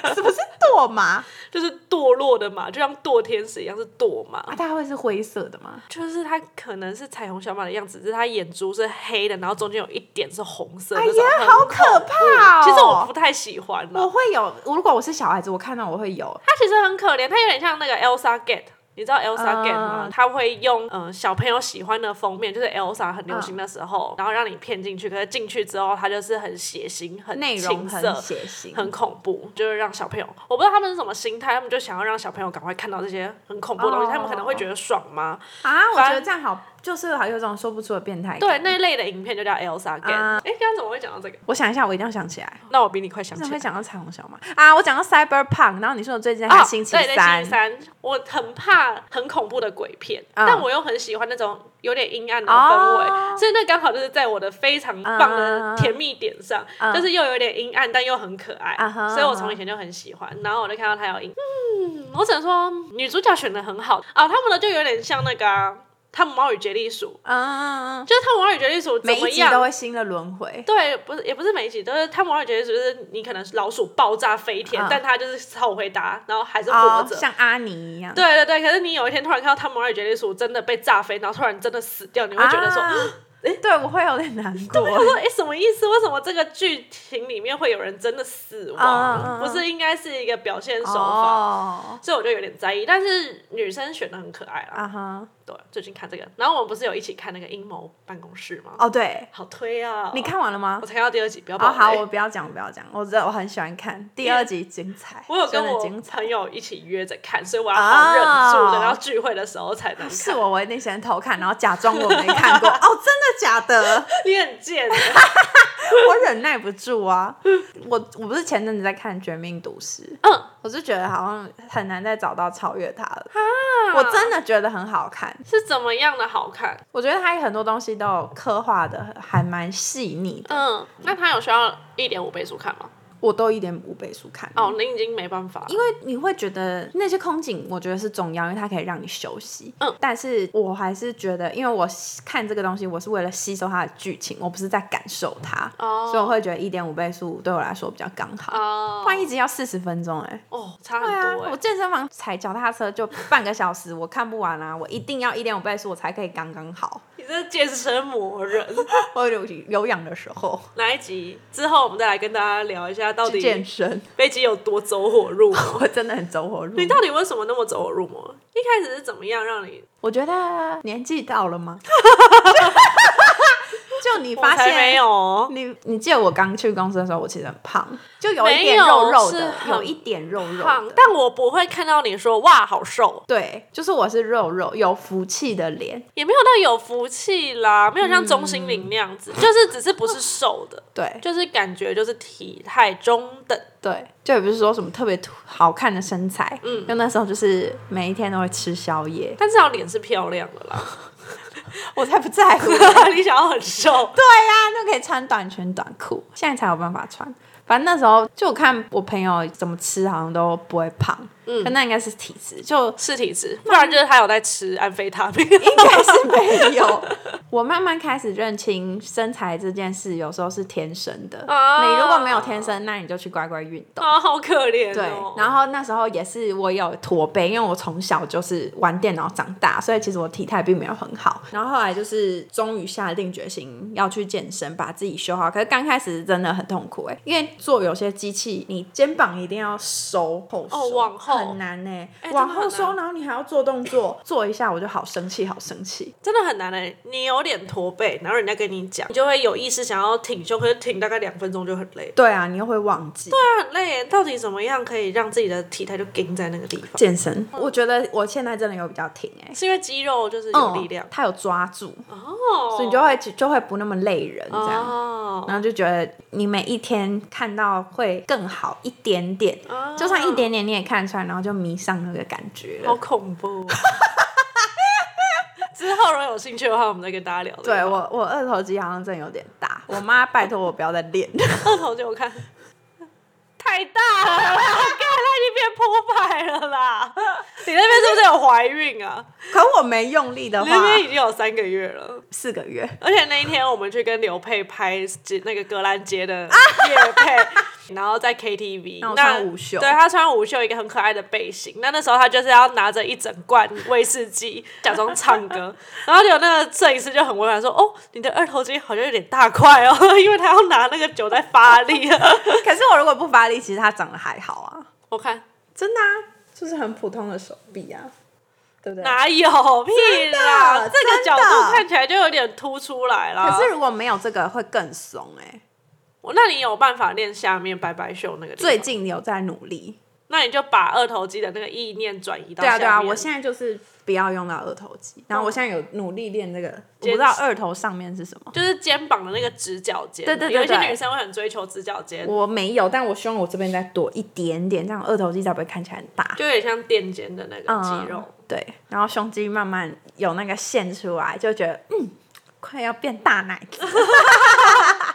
Speaker 2: 有，什么是堕堕马
Speaker 1: 就是堕落的马，就像堕天使一样是堕马。
Speaker 2: 啊，它会是灰色的吗？
Speaker 1: 就是它可能是彩虹小马的样子，只是它眼珠是黑的，然后中间有一点是红色的。
Speaker 2: 哎呀
Speaker 1: 那种
Speaker 2: 好可怕哦
Speaker 1: 其实我不太喜欢
Speaker 2: 我
Speaker 1: 啦。
Speaker 2: 会有，如果我是小孩子，我看到我会有。
Speaker 1: 它其实很可怜，它有点像那个 Elsa Get。你知道 Elsa Get 吗
Speaker 2: 嗯？
Speaker 1: 它会用嗯、呃小朋友喜欢的封面，就是 Elsa 很流行的时候，然后让你骗进去。可是进去之后，它就是很血腥、很
Speaker 2: 内容
Speaker 1: 情
Speaker 2: 很
Speaker 1: 色、
Speaker 2: 血腥，
Speaker 1: 很恐怖，就是让小朋友，我不知道他们是什么心态，他们就想要让小朋友赶快看到这些很恐怖的东西
Speaker 2: 哦
Speaker 1: 他们可能会觉得爽吗？
Speaker 2: 啊！我
Speaker 1: 反
Speaker 2: 觉得这样好，就是好有种说不出的变态。
Speaker 1: 对，，那一类的影片就叫 Elsa Game。哎、
Speaker 2: 啊
Speaker 1: 刚刚怎么会讲到这个？
Speaker 2: 我想一下，我一定要想起来。
Speaker 1: 那我比你快想
Speaker 2: 真的
Speaker 1: 起
Speaker 2: 会
Speaker 1: 来。
Speaker 2: 讲到彩虹小马啊！我讲到 Cyberpunk，然后你说我最近在
Speaker 1: 哦
Speaker 2: 看星期
Speaker 1: 对，对
Speaker 2: 三，
Speaker 1: 星期三，我很怕很恐怖的鬼片，
Speaker 2: 嗯
Speaker 1: 但我又很喜欢那种有点阴暗的氛围，
Speaker 2: 哦
Speaker 1: 所以那刚好就是在我的非常棒的甜蜜点上，
Speaker 2: 嗯
Speaker 1: 就是又有点阴暗，但又很可爱，
Speaker 2: 啊哈
Speaker 1: 所以我从以前就很喜欢。然后我就看到他有影，嗯，我只能说女主角选的很好啊，他们的就有点像那个啊、他们猫与杰利鼠，
Speaker 2: 嗯，嗯嗯
Speaker 1: 就是他们猫与杰利鼠怎
Speaker 2: 每
Speaker 1: 么
Speaker 2: 一集都
Speaker 1: 样？
Speaker 2: 会新的轮回。
Speaker 1: 对，不是也不是每一集，就是他们猫与杰利鼠，就是你可能是老鼠爆炸飞天，
Speaker 2: 嗯
Speaker 1: 但它就是草回答，然后还是活
Speaker 2: 哦，
Speaker 1: 着。
Speaker 2: 像阿尼一样，
Speaker 1: 对对对，可是你有一天突然看到汤姆尔杰利鼠真的被炸飞，然后突然真的死掉，你会
Speaker 2: 啊，
Speaker 1: 觉得说，
Speaker 2: 对我会有点难
Speaker 1: 我
Speaker 2: 过。
Speaker 1: 说哎、诶什么意思？为什么这个剧情里面会有人真的死亡？
Speaker 2: 嗯嗯嗯
Speaker 1: 不是应该是一个表现手法？
Speaker 2: 哦，
Speaker 1: 所以我就有点在意，但是女生选的很可爱啦。
Speaker 2: 啊哈，
Speaker 1: 对，最近看这个，然后我们不是有一起看那个阴谋办公室吗？
Speaker 2: 哦对，
Speaker 1: 好推啊！
Speaker 2: 你，看完了吗
Speaker 1: 我？才看到第二集，不要
Speaker 2: 哦，
Speaker 1: 爆
Speaker 2: 好，
Speaker 1: 雷
Speaker 2: 我不要讲，我不要讲，我知道我很喜欢看第二集，精彩，
Speaker 1: 我有跟
Speaker 2: 真的
Speaker 1: 我
Speaker 2: 精彩。
Speaker 1: 朋友一起约着看，所以我要好忍住
Speaker 2: 哦
Speaker 1: 等到聚会的时候才能 看。
Speaker 2: 是我，我一定先偷看，然后假装我没看 过。哦，真的假的？
Speaker 1: 你很贱欸，
Speaker 2: 我忍耐不住啊！我我不是前阵子在看《绝命毒师》，
Speaker 1: 嗯，
Speaker 2: 我就觉得好像很难再找到超越它了。我真的觉得很好看，
Speaker 1: 是怎么样的好看？
Speaker 2: 我觉得它很多东西都有刻画的还蛮细腻的，
Speaker 1: 嗯，那他有需要一点五倍速看吗？
Speaker 2: 我都一点五倍速看。
Speaker 1: 哦，你已经没办法了，
Speaker 2: 因为你会觉得那些空景，我觉得是重要，因为它可以让你休息。
Speaker 1: 嗯，
Speaker 2: 但是我还是觉得，因为我看这个东西，我是为了吸收它的剧情，我不是在感受它，
Speaker 1: 哦
Speaker 2: 所以我会觉得一点五倍速对我来说比较刚好。
Speaker 1: 哦，
Speaker 2: 不然一直要四十分钟哎、
Speaker 1: 哦，差
Speaker 2: 对
Speaker 1: 很
Speaker 2: 啊
Speaker 1: 多，
Speaker 2: 我
Speaker 1: 哎、
Speaker 2: 健身房踩脚踏车就半个小时，我看不完啊！我一定要一点五倍速，我才可以刚刚好。
Speaker 1: 你这是健身魔人。
Speaker 2: 我有有氧的时候
Speaker 1: 哪一集之后我们再来跟大家聊一下，到
Speaker 2: 去健
Speaker 1: 底
Speaker 2: 身，
Speaker 1: 飞机有多走火 入魔？
Speaker 2: 我真的很走火入魔。
Speaker 1: 你到底为什么那么走火入魔？一开始是怎么样让你？
Speaker 2: 我觉得年纪到了 吗？就你
Speaker 1: 我
Speaker 2: 发
Speaker 1: 才
Speaker 2: 现嗯
Speaker 1: 没有哦，
Speaker 2: 你你记得我刚去公司的时候，我其实很胖，就有一
Speaker 1: 没有
Speaker 2: 点肉肉
Speaker 1: 是
Speaker 2: 的，
Speaker 1: 很
Speaker 2: 有一点肉肉
Speaker 1: 胖
Speaker 2: 的，。
Speaker 1: 但我不会看到你说哇好瘦，
Speaker 2: 对，就是我是肉肉有福气的脸，
Speaker 1: 也没有到有福气啦，没有像钟欣凌那样子，
Speaker 2: 嗯
Speaker 1: 就是只是不是瘦的，
Speaker 2: 对
Speaker 1: 就是感觉就是体态中等。
Speaker 2: 对，就也不是说什么特别好看的身材，嗯，因为那时候就是每一天都会吃宵夜，
Speaker 1: 但至少脸是漂亮的啦。
Speaker 2: 我才不在乎，
Speaker 1: 你想要很瘦，对，
Speaker 2: 那就可以穿短裙短裤，现在才有办法穿。反正那时候就我看我朋友怎么吃，好像都不会胖，嗯，那应该是体质，就是
Speaker 1: 体质，不然就是他有在吃安非他命。
Speaker 2: 应该是没有。 我慢慢开始认清身材这件事，有时候是天生的。
Speaker 1: 啊
Speaker 2: 你如果没有天生，那你就去乖乖运动。
Speaker 1: 啊，好可怜
Speaker 2: 对
Speaker 1: 哦。，
Speaker 2: 然后那时候也是我有驼背，因为我从小就是玩电脑长大，所以其实我体态并没有很好。然后后来就是终于下定决心要去健身，把自己修好。可是刚开始真的很痛苦哎、因为做有些机器，你肩膀一定要收后收
Speaker 1: 哦往后
Speaker 2: 很难哎、
Speaker 1: 哎真的
Speaker 2: 往
Speaker 1: 很
Speaker 2: 后收，
Speaker 1: 难
Speaker 2: 然后你还要做动作，做一下我就好生气，好生气。
Speaker 1: 真的很难诶、你有点驼背，然后人家跟你讲，你就会有意识想要挺胸，可是挺大概两分钟就很累，
Speaker 2: 对啊，你又会忘记。对、
Speaker 1: 那很累耶、到底怎么样可以让自己的体态就盯在那个地方？
Speaker 2: 健身，
Speaker 1: 嗯
Speaker 2: 我觉得我现在真的有比较挺哎、
Speaker 1: 是因为肌肉就是有力量
Speaker 2: 嗯，它有抓住，
Speaker 1: 哦，
Speaker 2: 所以你就会就会不那么累人这样。
Speaker 1: 哦，
Speaker 2: 然后就觉得你每一天看到会更好一点点，
Speaker 1: 啊
Speaker 2: 就算一点点你也看得出来，然后就迷上那个感觉
Speaker 1: 好
Speaker 2: 了。
Speaker 1: 恐怖哦。 之后如果有兴趣的话，我们再跟大家聊。
Speaker 2: 对，啊我，我二头肌好像真的有点大，我妈 拜托我不要再练。
Speaker 1: 二头就看， 太大了啦，看它已经变破百了啦。 你那边是不是有怀孕啊？
Speaker 2: 可我没用力的
Speaker 1: 你
Speaker 2: 话，
Speaker 1: 那边已经有三个月了。
Speaker 2: 四个月
Speaker 1: 而且那一天我们去跟刘佩拍那个格兰街的夜配， 然后在 KTV，
Speaker 2: 然后
Speaker 1: 那
Speaker 2: 穿无袖
Speaker 1: 对他穿无袖一个很可爱的背心。那那时候他就是要拿着一整罐威士 忌假装唱歌，然后就有那个摄影师就很委婉说：“哦，你的二头肌好像有点大块哦， 因为他要拿那个酒在发力。
Speaker 2: 可是我如果不发力，其实他长得还好啊，”
Speaker 1: 我看
Speaker 2: 真的啊，就是很普通的手臂啊，对不对？
Speaker 1: 哪有屁啦，
Speaker 2: 真的
Speaker 1: 这个角
Speaker 2: 真的
Speaker 1: 度看起来就有点凸出来啦。
Speaker 2: 可是如果没有这个，会更怂哎、
Speaker 1: 我，那你有办法练下面白白袖那个地方？
Speaker 2: 最近有在努力，
Speaker 1: 那你就把二头肌的那个意念转移到
Speaker 2: 对啊对啊，
Speaker 1: 下面
Speaker 2: 我现在就是不要用到二头肌，然后我现在有努力练这个，我不
Speaker 1: 坚
Speaker 2: 知道
Speaker 1: 持
Speaker 2: 二头上面是什么，
Speaker 1: 嗯就是肩膀的那个直角肩，啊
Speaker 2: 对对对
Speaker 1: 有一些
Speaker 2: 对
Speaker 1: 女生会很追求直角肩，
Speaker 2: 我没有，但我希望我这边再多一点点，这样二头肌才不会看起来很大。嗯
Speaker 1: 就有点像垫肩的那个肌肉。
Speaker 2: 对，然后胸肌慢慢有那个线出来，就觉得嗯，快要变大奶子。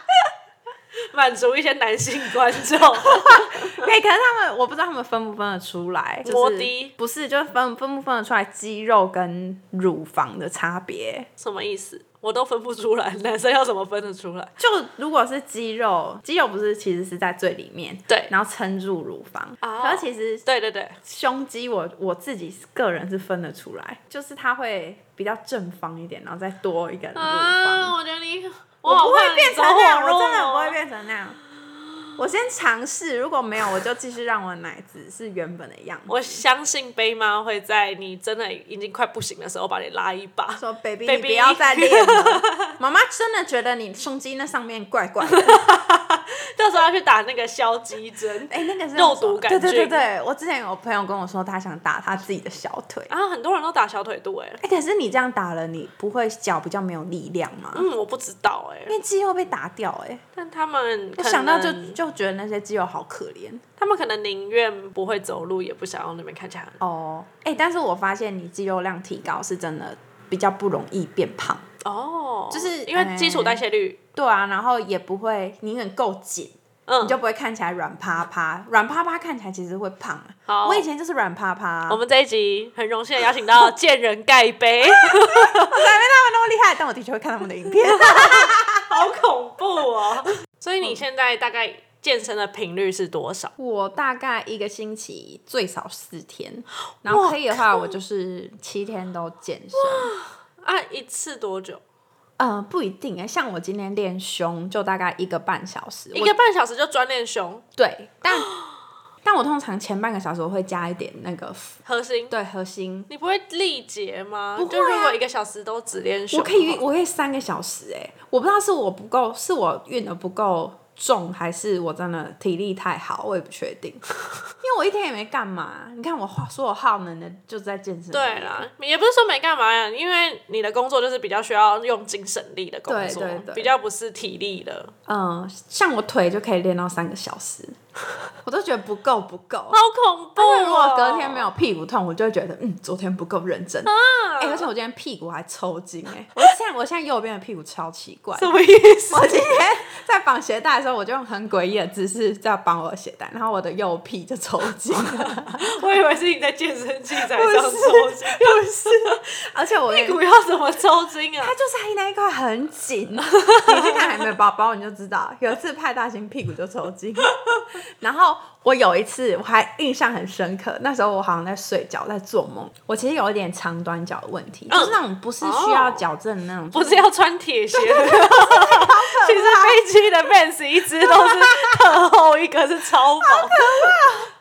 Speaker 1: 满足一些男性观众，
Speaker 2: 哎、可是他们我不知道他们分不分得出来，就是
Speaker 1: 摩的
Speaker 2: 不是，就是分分不分得出来肌肉跟乳房的差别。
Speaker 1: 什么意思？我都分不出来，男生要怎么分得出来？
Speaker 2: 就如果是肌肉，肌肉不是其实是在最里面，
Speaker 1: 对
Speaker 2: 然后撑住乳房。
Speaker 1: 哦
Speaker 2: 可是其实
Speaker 1: 对对对，
Speaker 2: 胸肌我我自己个人是分得出来，就是它会比较正方一点，然后再多一个乳房。
Speaker 1: 啊，我觉得你，
Speaker 2: 嗯我
Speaker 1: 好
Speaker 2: 不
Speaker 1: 怕
Speaker 2: 会
Speaker 1: 你
Speaker 2: 变成
Speaker 1: 走火
Speaker 2: 那样，我
Speaker 1: 入
Speaker 2: 真的不
Speaker 1: 魔啊
Speaker 2: 会变成那
Speaker 1: 哦
Speaker 2: 样。我先尝试，如果没有，我就继续让我奶子是原本的样子。
Speaker 1: 我相信杯妈会在你真的已经快不行的时候把你拉一把。
Speaker 2: 说 baby，你
Speaker 1: Baby
Speaker 2: 不要再练了。妈妈真的觉得你胸肌那上面怪怪的。
Speaker 1: 到时候要去打那个消肌针。
Speaker 2: 哎、那个是
Speaker 1: 肉毒杆菌
Speaker 2: 对对对对，我之前有朋友跟我说，他想打他自己的小腿。
Speaker 1: 啊，很多人都打小腿肚哎、
Speaker 2: 哎、可是你这样打了，你不会脚比较没有力量吗？
Speaker 1: 嗯，我不知道哎、
Speaker 2: 因为肌肉被打掉、哎，
Speaker 1: 但他们
Speaker 2: 我
Speaker 1: 可能
Speaker 2: 想到就就觉得那些肌肉好可怜
Speaker 1: 他们可能宁愿不会走路，也不想要那边看起来很
Speaker 2: 哦。哎、但是我发现你肌肉量提高是真的比较不容易变胖。
Speaker 1: 哦，
Speaker 2: 就是
Speaker 1: 因为基础代谢率，
Speaker 2: 对啊，然后也不会，你很够紧，
Speaker 1: 嗯，
Speaker 2: 你就不会看起来软趴趴，软趴趴看起来其实会胖啊。
Speaker 1: 好
Speaker 2: 我以前就是软趴趴啊、
Speaker 1: 我们这一集很荣幸的邀请到贱人盖 杯，
Speaker 2: 他们那么厉害，但我的确会看他们的影片。
Speaker 1: 好恐怖哦！ 所以你现在大概健身的频率是多少？
Speaker 2: 我大概一个星期最少四天，然后可以的话，我就是七天都健身。
Speaker 1: 啊，一次多久？
Speaker 2: 呃，不一定哎、像我今天练胸就大概一个半小时，
Speaker 1: 一
Speaker 2: 我
Speaker 1: 个半小时就专练胸、
Speaker 2: 对，但但我通常前半个小时我会加一点那个
Speaker 1: 核心。
Speaker 2: 对核心，
Speaker 1: 你不会力竭吗？
Speaker 2: 不会啊
Speaker 1: 就如果一个小时都只练胸哦
Speaker 2: 我
Speaker 1: 的话，
Speaker 2: 可以我可以三个小时哎、我不知道是我不够，是我运的不够重，还是我真的体力太好，我也不确定，因 为我一天也没干嘛。你看我耗所有耗能的就是在健身，
Speaker 1: 对，啦，也不是说没干嘛呀，啊因为你的工作就是比较需要用精神力的工作，
Speaker 2: 对对对
Speaker 1: 比较不是体力的，
Speaker 2: 嗯，像我腿就可以练到三个小 时，我都觉得不够不够。
Speaker 1: 好恐怖、哦！啊
Speaker 2: 如果隔天没 有屁股痛，我就会觉得嗯，昨天不够认真。哎、而且我今天屁股还抽筋 哎、我现在我现在右边的屁股超奇怪。
Speaker 1: 什么意思？
Speaker 2: 我今天在绑鞋带的时候，我就用很诡异的姿势在绑我的鞋带，然后我的右屁就抽筋了，
Speaker 1: 我以为是你在健身器材 上抽筋，
Speaker 2: 不是， 而且我跟你
Speaker 1: 屁股要怎么抽筋啊
Speaker 2: 它？就是那一块很紧，你去看海绵宝宝你就知道，有一次派大星屁股就抽筋。然后我有一次我还印象很深刻，那时候我好像在睡觉，在做梦。我其实有一点长短脚的问题，就是那种不是需要矫正的那种，
Speaker 1: 不是要穿 铁鞋的，
Speaker 2: 啊
Speaker 1: 其实飞机的 Vans 一只都是特厚，一个是超薄。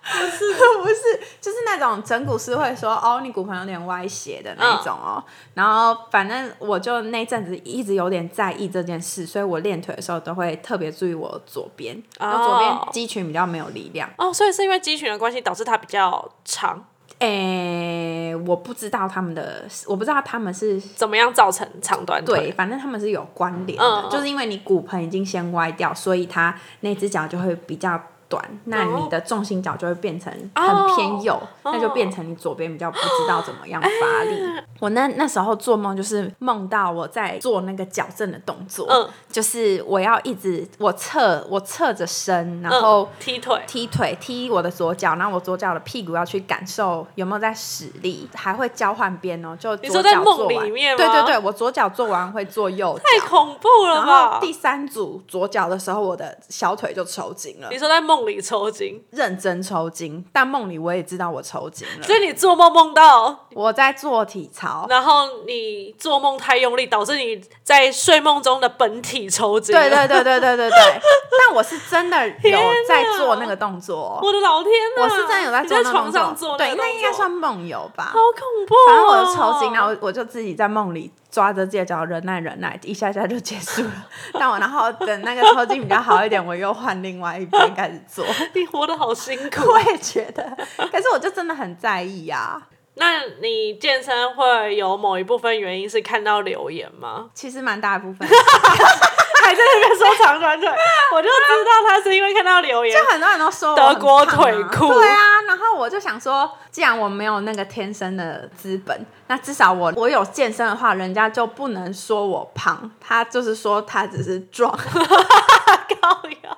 Speaker 2: 是不是就是那种整骨师会说哦，你骨盆有点歪斜的那一种哦。然后反正我就那一阵子一直有点在意这件事，所以我练腿的时候都会特别注意我左边，然后左边
Speaker 1: 哦
Speaker 2: 肌群比较没有力量。
Speaker 1: 哦，所以是因为肌群的关系导致它比较长，
Speaker 2: 诶、我不知道他们的，我不知道他们是
Speaker 1: 怎么样造成长短腿？
Speaker 2: 对，反正他们是有关联的，
Speaker 1: 嗯嗯
Speaker 2: 就是因为你骨盆已经先歪掉，所以它那只脚就会比较短，
Speaker 1: 哦
Speaker 2: 那你的重心脚就会变成很偏右，
Speaker 1: 哦
Speaker 2: 那就变成你左边比较不知道怎么样发力。 我那那时候做梦就是梦到我在做那个矫正的动作，
Speaker 1: 嗯
Speaker 2: 就是我要一直我侧我侧着身，然后。
Speaker 1: 嗯踢腿，
Speaker 2: 踢腿，踢我的左脚，然后我左脚的屁股要去感受有没有在使力，还会交换边哦。就左
Speaker 1: 说
Speaker 2: 脚
Speaker 1: 在梦
Speaker 2: 做完
Speaker 1: 里面吗
Speaker 2: 对对对，我左脚做完会做右脚，
Speaker 1: 太恐怖了
Speaker 2: 然后
Speaker 1: 吧
Speaker 2: 第？三组左脚的时候，我的小腿就抽筋了
Speaker 1: 你。说在梦梦里抽筋，
Speaker 2: 认真抽筋，但梦里我也知道我抽筋了。
Speaker 1: 所以你做梦梦到，
Speaker 2: 我在做体操，
Speaker 1: 然后你做梦太用力，导致你在睡梦中的本体抽筋。
Speaker 2: 对对，对对对对 对。但我是真的有在做那个动作哦，
Speaker 1: 我的老天哪！
Speaker 2: 我是真的有在
Speaker 1: 你
Speaker 2: 做那
Speaker 1: 在
Speaker 2: 个动作。
Speaker 1: 床上做
Speaker 2: 对，
Speaker 1: 那
Speaker 2: 那应该
Speaker 1: 算
Speaker 2: 算梦游吧
Speaker 1: 好。恐怖、哦。
Speaker 2: 反正我就抽筋，然后我就自己在梦里抓着自己的脚忍耐忍耐，一下下就结束 了。但我然后等那个抽筋比较好一点，我又换另外一边开始 做。
Speaker 1: 你活得好辛 苦。
Speaker 2: 我也觉得，可是我就真的很在意啊。
Speaker 1: 那你健身会有某一部分原因是看到留言 吗？
Speaker 2: 其实蛮大一部 分，
Speaker 1: 还在那边说长短腿， 我就知道他是因为看到留言
Speaker 2: 就。很多人都说我
Speaker 1: 德国
Speaker 2: 很胖啊
Speaker 1: 腿裤
Speaker 2: 对啊，然后我就想说，既然我没有那个天生的资本，那至少我我有健身的话，人家就不能说我胖，他就是说他只是壮。
Speaker 1: 靠呀！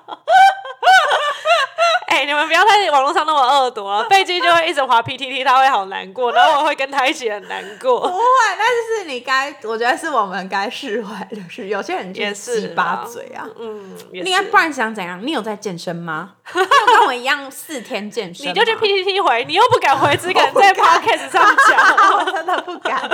Speaker 1: 哎、你们不要在网络上那么恶毒 啊！贝基就会一直滑 PTT，他会好难 过，然后我会跟他一起很难
Speaker 2: 不
Speaker 1: 过。
Speaker 2: 会，但是你该，我觉得是我们该释怀的是，有些人就
Speaker 1: 也是
Speaker 2: 鸡
Speaker 1: 啦
Speaker 2: 巴嘴啊。
Speaker 1: 嗯，也
Speaker 2: 你该
Speaker 1: 是
Speaker 2: 不然想怎样？你有在健身吗？ 你有跟我一样四天健身吗？
Speaker 1: 你 就去 PTT 回，你又不敢回，只敢
Speaker 2: 我不
Speaker 1: 在
Speaker 2: 敢
Speaker 1: Podcast 上
Speaker 2: 我
Speaker 1: 讲。
Speaker 2: 哦真的不敢。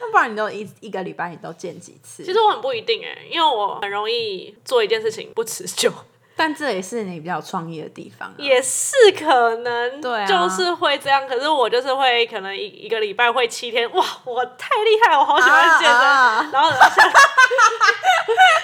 Speaker 2: 那不然你都一一个礼拜你都见几次？
Speaker 1: 其实我很不一定哎、因为我很容易做一件事情不持久，
Speaker 2: 但这也是你比较有创意的地方、啊。
Speaker 1: 也是可能，
Speaker 2: 对啊
Speaker 1: 就是会这样。可是我就是会可能一一个礼拜会七天，哇，我太厉害了，我好喜欢健身。
Speaker 2: 啊啊
Speaker 1: 然后下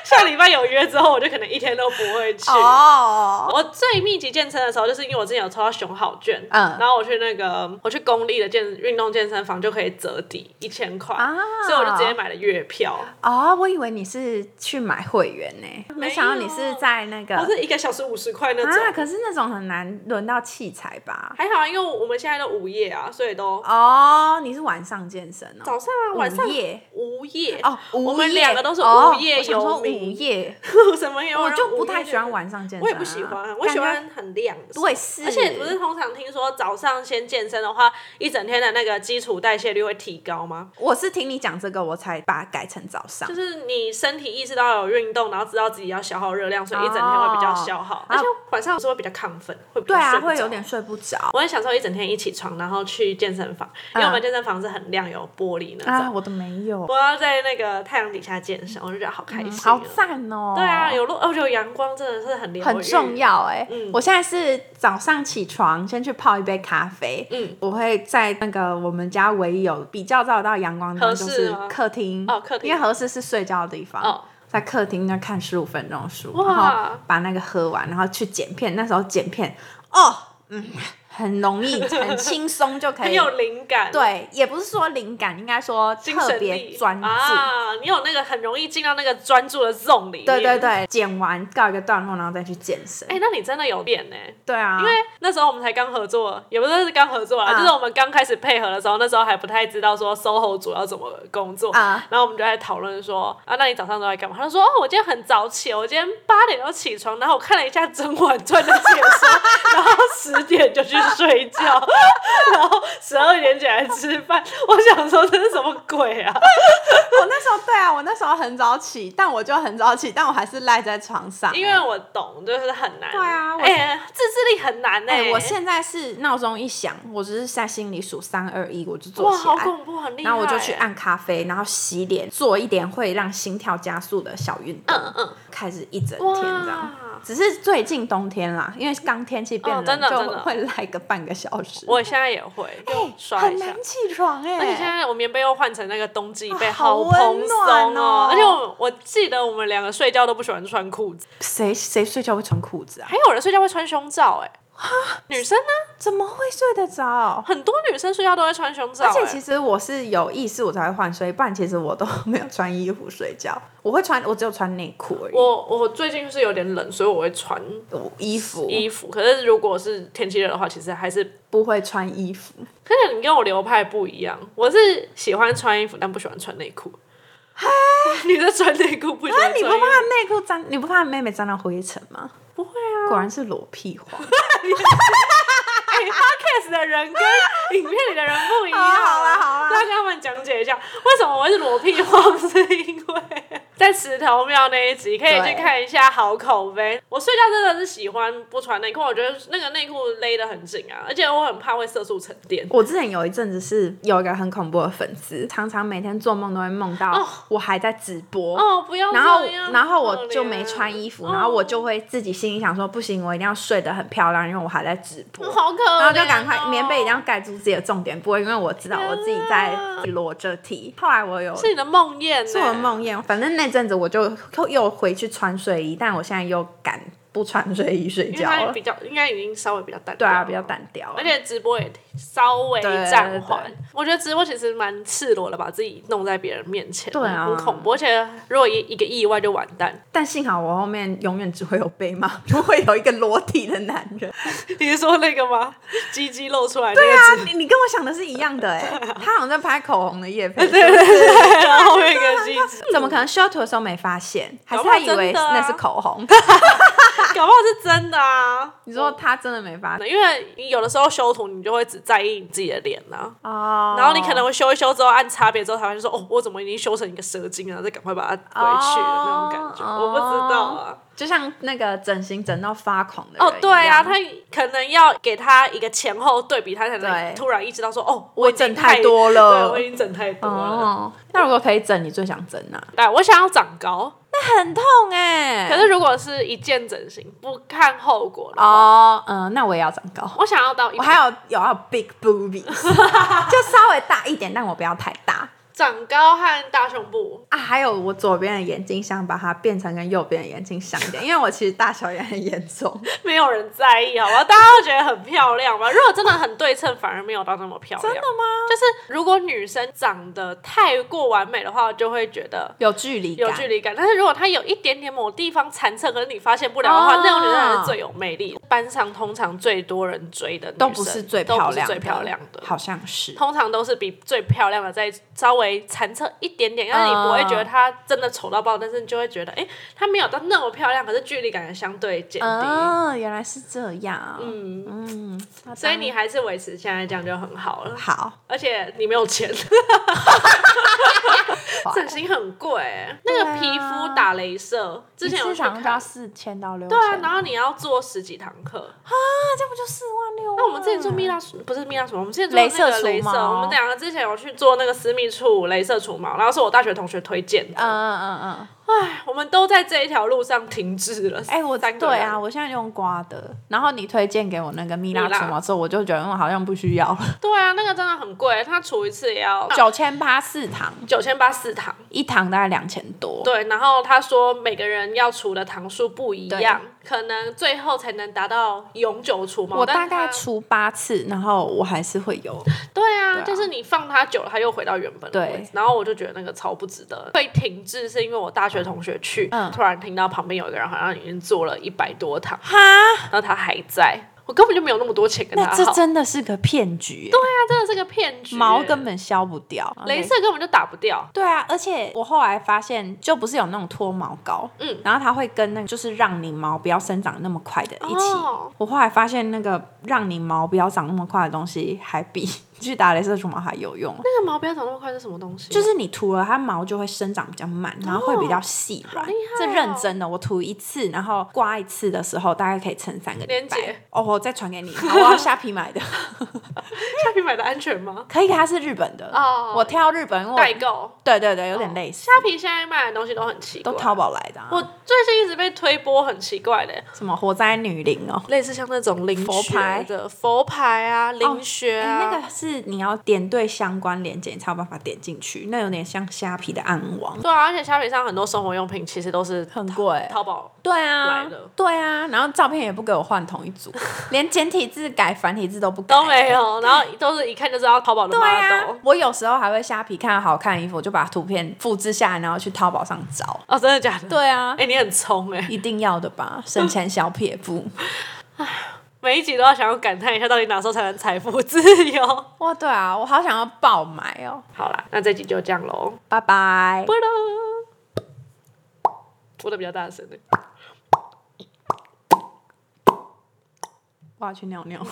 Speaker 1: 下礼拜有约之后，我就可能一天都不会去。
Speaker 2: 哦，
Speaker 1: 我最密集健身的时候，就是因为我之前有抽到熊好券，
Speaker 2: 嗯
Speaker 1: 然后我去那个我去公立的健运动健身房就可以折抵一千块，
Speaker 2: 啊
Speaker 1: 所以我就直接买了月票。
Speaker 2: 哦，我以为你是去买会员呢、没想到你是在那个
Speaker 1: 我是一个小时五十块那种，
Speaker 2: 嗯啊，可是那种很难轮到器材吧？
Speaker 1: 还好啊，因为我们现在都午夜啊，所以都
Speaker 2: 哦，你是晚上健身哦，
Speaker 1: 早上啊，晚上
Speaker 2: 午夜
Speaker 1: 午夜
Speaker 2: 哦，
Speaker 1: 我
Speaker 2: 午
Speaker 1: 们
Speaker 2: 夜
Speaker 1: 两个都是
Speaker 2: 哦
Speaker 1: 无业
Speaker 2: 我想说
Speaker 1: 游
Speaker 2: 午
Speaker 1: 民
Speaker 2: 夜，
Speaker 1: 什么也有
Speaker 2: 我
Speaker 1: 人
Speaker 2: 就不
Speaker 1: 午夜
Speaker 2: 太
Speaker 1: 的
Speaker 2: 喜欢晚上健身啊、
Speaker 1: 我也不喜欢，我
Speaker 2: 感
Speaker 1: 喜
Speaker 2: 觉
Speaker 1: 欢很亮的时候。
Speaker 2: 对是，
Speaker 1: 而且不是通常听说早上先健身的话，一整天的那个基础代谢率会提高吗？
Speaker 2: 我是听你讲这个，我才把它改成早上
Speaker 1: 就。是你身体意识到有运动，然后知道自己要消耗热量，所以一整天会比较消耗，
Speaker 2: 哦
Speaker 1: 而且晚上是会比较亢奋，会比较
Speaker 2: 对啊，
Speaker 1: 睡不
Speaker 2: 会
Speaker 1: 着
Speaker 2: 有点。睡不着
Speaker 1: 我很享受一整天一起床，然后去健身房，因为我们健身房是很亮有玻璃那
Speaker 2: 嗯啊，
Speaker 1: 种。
Speaker 2: 我都没有，
Speaker 1: 我要在那个太阳底下健身，我就觉得好开心、哦
Speaker 2: 嗯好赞哦。
Speaker 1: 对啊，有露，哦我觉得阳光真的是很疗愈
Speaker 2: 很重。要哎、
Speaker 1: 嗯
Speaker 2: 我现在是早上起床，先去泡一杯咖啡。
Speaker 1: 嗯，
Speaker 2: 我会在那个我们家唯一有比较照得到阳光的地方，就
Speaker 1: 合适
Speaker 2: 是
Speaker 1: 吗
Speaker 2: 客厅
Speaker 1: 哦客厅
Speaker 2: 因为合适是睡觉的地方。
Speaker 1: 哦
Speaker 2: 在客厅那看十五分钟的书，
Speaker 1: 哇
Speaker 2: 然后把那个喝完，然后去剪片。那时候剪片，哦，嗯，很容易，很轻松就可
Speaker 1: 很
Speaker 2: 以。
Speaker 1: 有灵感。。
Speaker 2: 对，也不是说灵感，应该说
Speaker 1: 精
Speaker 2: 特
Speaker 1: 神
Speaker 2: 别
Speaker 1: 力
Speaker 2: 专注。
Speaker 1: 啊，你有那个很容易进到那个专注的 zone 里面。
Speaker 2: 对对。对，剪完告一个段落，然后再去健身。
Speaker 1: 哎、那你真的有变呢、
Speaker 2: 对啊，
Speaker 1: 因为那时候我们才刚合作，也不是刚合作啊，
Speaker 2: 啊
Speaker 1: 就是我们刚开始配合的时候，那时候还不太知道说 SOHO 主要怎么工作，
Speaker 2: 啊
Speaker 1: 然后我们就在讨论说啊，那你早上都在干嘛？他就说哦，我今天很早起，我今天八点就起床，然后我看了一下《甄嬛传》的 解说，然后十点就去睡觉，然后十二点起来吃饭。我想说这是什么鬼啊？
Speaker 2: 我那时候对啊，我那时候很早起，但我就很早起，但我还是赖在床上。
Speaker 1: 因为我懂，就是很难。
Speaker 2: 对啊我
Speaker 1: 哎、自制力很难呢、欸
Speaker 2: 哎、我现在是闹钟一响，我只是在心里数三二一，我就坐
Speaker 1: 哇，
Speaker 2: 起
Speaker 1: 好
Speaker 2: 来，
Speaker 1: 恐怖，很厉害。
Speaker 2: 然后我就去。按咖啡，然后洗脸，做一点会让心跳加速的小运动，
Speaker 1: 嗯嗯，
Speaker 2: 开始一整
Speaker 1: 哇
Speaker 2: 天这样。只是最近冬天啦，因为刚天气变
Speaker 1: 哦
Speaker 2: 冷，
Speaker 1: 真的真
Speaker 2: 就
Speaker 1: 的
Speaker 2: 会赖个半个小时。
Speaker 1: 我现在也会，就刷
Speaker 2: 哦很
Speaker 1: 一下
Speaker 2: 难。起床哎、
Speaker 1: 而且现在我棉被又换成那个冬季被，
Speaker 2: 哦好
Speaker 1: 蓬
Speaker 2: 温
Speaker 1: 松
Speaker 2: 暖哦
Speaker 1: 而且我我记得我们两个睡觉都不喜欢穿裤子，
Speaker 2: 谁谁睡觉会穿裤子啊？
Speaker 1: 还有人睡觉会穿胸罩、哎，
Speaker 2: 啊
Speaker 1: 女生呢，
Speaker 2: 怎么会睡得着？
Speaker 1: 很多女生睡觉都会穿胸罩、
Speaker 2: 而且
Speaker 1: 哎
Speaker 2: 其实我是有意识我才会换睡，不然其实我都没有穿衣服睡觉。我会穿，我只有穿内裤而已。我
Speaker 1: 我我最近是有点冷，所以我会穿
Speaker 2: 衣服
Speaker 1: 衣服。可是如果是天气热的话，其实还是
Speaker 2: 不会穿衣服，
Speaker 1: 可是你跟我流派不一样，我是喜欢穿衣服，但不喜欢穿内裤。你是穿内裤不喜欢
Speaker 2: 那
Speaker 1: 穿衣
Speaker 2: 你不
Speaker 1: 服？
Speaker 2: 怕内裤沾？你不怕妹妹沾到灰尘吗？
Speaker 1: 不会啊
Speaker 2: 果然是裸屁话，
Speaker 1: 哎 podcast 的人跟影片里的人不一样。啊
Speaker 2: 好啦好啦
Speaker 1: 要跟他们讲解一下，为什么我会是裸屁话，是因为在在石头庙那一集可以去
Speaker 2: 对
Speaker 1: 看一下好口碑。我睡觉真的是喜欢不穿内裤，我觉得那个内裤勒得很紧啊，而且我很怕会色素沉淀。
Speaker 2: 我之前有一阵子是有一个很恐怖的粉丝，常常每天做梦都会梦
Speaker 1: 哦
Speaker 2: 到我还在直播。
Speaker 1: 哦，不要这
Speaker 2: 然后
Speaker 1: 样，
Speaker 2: 然后
Speaker 1: 可
Speaker 2: 我
Speaker 1: 怜啊哦
Speaker 2: 就没穿衣服，然后我就会自己心里想说，不行，我一定要睡得很漂亮，因为我还在直播。
Speaker 1: 好哦可怜哦、
Speaker 2: 然后就赶快棉被一定要盖住自己的重点部位，因为我知道我自己在裸着体。后来我有
Speaker 1: 啊是你的梦魇、欸，
Speaker 2: 做了梦魇，反正那阵子我就又又回去穿睡衣，但我现在又敢不穿睡衣睡
Speaker 1: 因为
Speaker 2: 觉
Speaker 1: 它
Speaker 2: 了
Speaker 1: 比。较应该已经稍微比较淡
Speaker 2: 对
Speaker 1: 掉
Speaker 2: 啊，
Speaker 1: 了
Speaker 2: 比较单调了
Speaker 1: 而。且直播也稍微
Speaker 2: 对对
Speaker 1: 暂缓
Speaker 2: 对。
Speaker 1: 我觉得直播其实蛮赤裸的，把自己弄在别人面前，
Speaker 2: 对啊
Speaker 1: 很恐怖。而且如果一一个意外就完蛋。
Speaker 2: 但幸好我后面永远只会有被骂，不会有一个裸体的男人。
Speaker 1: 你是说那个吗？鸡鸡露出来那个
Speaker 2: 啊，你你跟我想的是一样的 哎、
Speaker 1: 啊
Speaker 2: 他好像在拍口红的夜配，
Speaker 1: 字，然后后面一个鸡鸡，
Speaker 2: 怎么可能修啊图的时候没发现？还
Speaker 1: 搞
Speaker 2: 是
Speaker 1: 不好
Speaker 2: 他以为
Speaker 1: 真的啊
Speaker 2: 那是口红？
Speaker 1: 搞不好是真的啊。
Speaker 2: 你说他真的没发现
Speaker 1: 因为你有的时候修图，你就会只在意你自己的脸啊，
Speaker 2: 哦？
Speaker 1: 然后你可能会修一修之后按差别之后，才会说哦，我怎么已经修成一个蛇精了？再赶快把它回去了那种感觉，
Speaker 2: 哦
Speaker 1: 我不知道啊。
Speaker 2: 就像那个整形整到发狂的人
Speaker 1: 哦，对啊，
Speaker 2: 一样
Speaker 1: 他可能要给他一个前后对比，他才能
Speaker 2: 对
Speaker 1: 突然意识到说，哦，
Speaker 2: 我
Speaker 1: 已经
Speaker 2: 整太多了
Speaker 1: 对，我已经整太多了。
Speaker 2: 哦。那如果可以整，你最想整哪、
Speaker 1: 对，我想要长高，
Speaker 2: 很痛哎、
Speaker 1: 可是如果是一件整形，不看后果了，
Speaker 2: 哦，嗯、那我也要长高。
Speaker 1: 我想要到一
Speaker 2: 我还有有要 big boobies，就稍微大一点，但我不要太大
Speaker 1: 长高和大胸部。
Speaker 2: 啊。还有我左边的眼睛想把它变成跟右边的眼睛像一 点，因为我其实大小也很严重。
Speaker 1: 没有人在意，好吧？大家会觉得很漂亮吗？如果真的很对称，反而没有到那么漂亮。
Speaker 2: 吗？
Speaker 1: 就是如果女生长得太过完美的话，就会觉得
Speaker 2: 有距离感，
Speaker 1: 有距离感。但是如果她有一点点某地方残测，可是你发现不了的话，
Speaker 2: 哦
Speaker 1: 那种女生才是最有魅力的。班上通常最多人追的女生
Speaker 2: 都不是最
Speaker 1: 都
Speaker 2: 漂
Speaker 1: 不是
Speaker 2: 亮的，
Speaker 1: 最漂亮的。
Speaker 2: 好像是。
Speaker 1: 通常都是比最漂亮的再稍微残测一点
Speaker 2: 哦
Speaker 1: 点，但是你不会觉得她真的丑到爆，但是你就会觉得，哎、她没有到那么漂亮，可是距离感也相对减低。
Speaker 2: 哦，原来是这样。嗯嗯，
Speaker 1: 所以你还是维持现在这样就很好了，
Speaker 2: 好，
Speaker 1: 而且你没有钱，整形很贵、那
Speaker 2: 对
Speaker 1: 个
Speaker 2: 啊
Speaker 1: 皮肤打镭射，之前有
Speaker 2: 市
Speaker 1: 去
Speaker 2: 场
Speaker 1: 看，
Speaker 2: 就要四千到六千，
Speaker 1: 对啊，然后你要做十几堂课，
Speaker 2: 哦这样不就四万六？
Speaker 1: 那我们之前做蜜蜡除不是蜜蜡除毛，我们之前做那
Speaker 2: 镭射
Speaker 1: 个
Speaker 2: 除
Speaker 1: 镭
Speaker 2: 毛
Speaker 1: 射，我们两个之前有去做那个私密处镭射除毛，然后是我大学同学推荐的。
Speaker 2: 嗯嗯嗯嗯，
Speaker 1: 我们都在这一条路上停滞了。
Speaker 2: 哎、我
Speaker 1: 三个
Speaker 2: 对
Speaker 1: 人
Speaker 2: 啊，，我现在用刮的，然后你推荐给我那个蜜蜡
Speaker 1: 蜜蜡
Speaker 2: 除毛之后，我就觉得嗯好像不需要 了，
Speaker 1: 对啊，那个真的很贵，它除一次也要
Speaker 2: 九千八四堂，
Speaker 1: 九千八四堂。
Speaker 2: 一堂大概两千多，
Speaker 1: 对，然后他说每个人要除的堂数不一样，可能最后才能达到永久除毛。
Speaker 2: 我
Speaker 1: 但
Speaker 2: 大概
Speaker 1: 它
Speaker 2: 除八次，然后我还是会有，
Speaker 1: 对啊，
Speaker 2: 对啊
Speaker 1: 就是你放它久了，它又回到原本的位
Speaker 2: 对。
Speaker 1: 置然后我就觉得那个超不值得。会停滞是因为我大学同学去，
Speaker 2: 嗯
Speaker 1: 突然听到旁边有一个人好像已经做了一百多堂，
Speaker 2: 哈，
Speaker 1: 然后他还在，我根本就没有那么多钱跟他
Speaker 2: 那
Speaker 1: 耗。
Speaker 2: 这
Speaker 1: 对
Speaker 2: 真的是个骗局耶，
Speaker 1: 啊，真的是个骗局，
Speaker 2: 毛根本消不掉，
Speaker 1: 镭
Speaker 2: OK
Speaker 1: 射根本就打不掉。
Speaker 2: 对啊，而且我后来发现，就不是有那种脱毛膏，
Speaker 1: 嗯
Speaker 2: 然后它会跟那个就是让你毛不要生长那么快的一起。
Speaker 1: 哦
Speaker 2: 我后来发现，那个让你毛不要长那么快的东西，还比 去打镭射除毛还有用。
Speaker 1: 那个毛不要长那么快是什么东西？
Speaker 2: 就是你涂了，它毛就会生长比较慢，然后会比较细软。
Speaker 1: 哦好厉害
Speaker 2: 这
Speaker 1: 哦
Speaker 2: 认真的，我涂一次，然后刮一次的时候，大概可以撑三个礼
Speaker 1: 连
Speaker 2: 拜
Speaker 1: 结。
Speaker 2: 哦，我再传给你，好我要虾皮 买的，
Speaker 1: 下皮买的安全吗？
Speaker 2: 可以，它是日本的。
Speaker 1: 哦
Speaker 2: 我挑日本，因为我
Speaker 1: 代购。
Speaker 2: 对对对，有点类似，
Speaker 1: 虾皮现在卖的东西都很奇怪，
Speaker 2: 都淘宝来的、啊。
Speaker 1: 我 最近一直被推播很奇怪的，
Speaker 2: 什么火灾女灵哦。
Speaker 1: 类似像那种灵
Speaker 2: 佛牌
Speaker 1: 的佛牌啊、灵学
Speaker 2: 哎、
Speaker 1: 啊，
Speaker 2: 那个是你要点对相关链接，你才有办法点进去。那有点像虾皮的暗网，
Speaker 1: 对啊，而且虾皮上很多生活用品其实都是
Speaker 2: 很贵。
Speaker 1: 淘宝。
Speaker 2: 对
Speaker 1: 来
Speaker 2: 啊
Speaker 1: 的，
Speaker 2: 对啊，然后照片也不给我换同一组，连简体字改繁体字都不改
Speaker 1: 都没。 有，然后都是一看就知道淘宝的
Speaker 2: 对啊
Speaker 1: model。，
Speaker 2: 我有时候还会虾皮看到好看的衣服，我就把图片复制下来，然后去淘宝上找。
Speaker 1: 哦，真的假的？，
Speaker 2: 对啊，
Speaker 1: 哎、你很冲哎、
Speaker 2: 一定要的吧，省钱小撇步。
Speaker 1: 每一集都要想要感叹一下，到底哪时候才能财富自由？
Speaker 2: 哇，对啊，我好想要爆买哦！
Speaker 1: 好啦，那这集就这样喽，
Speaker 2: 拜拜
Speaker 1: 拜。啦。播的比较大声的，
Speaker 2: 我要去尿尿。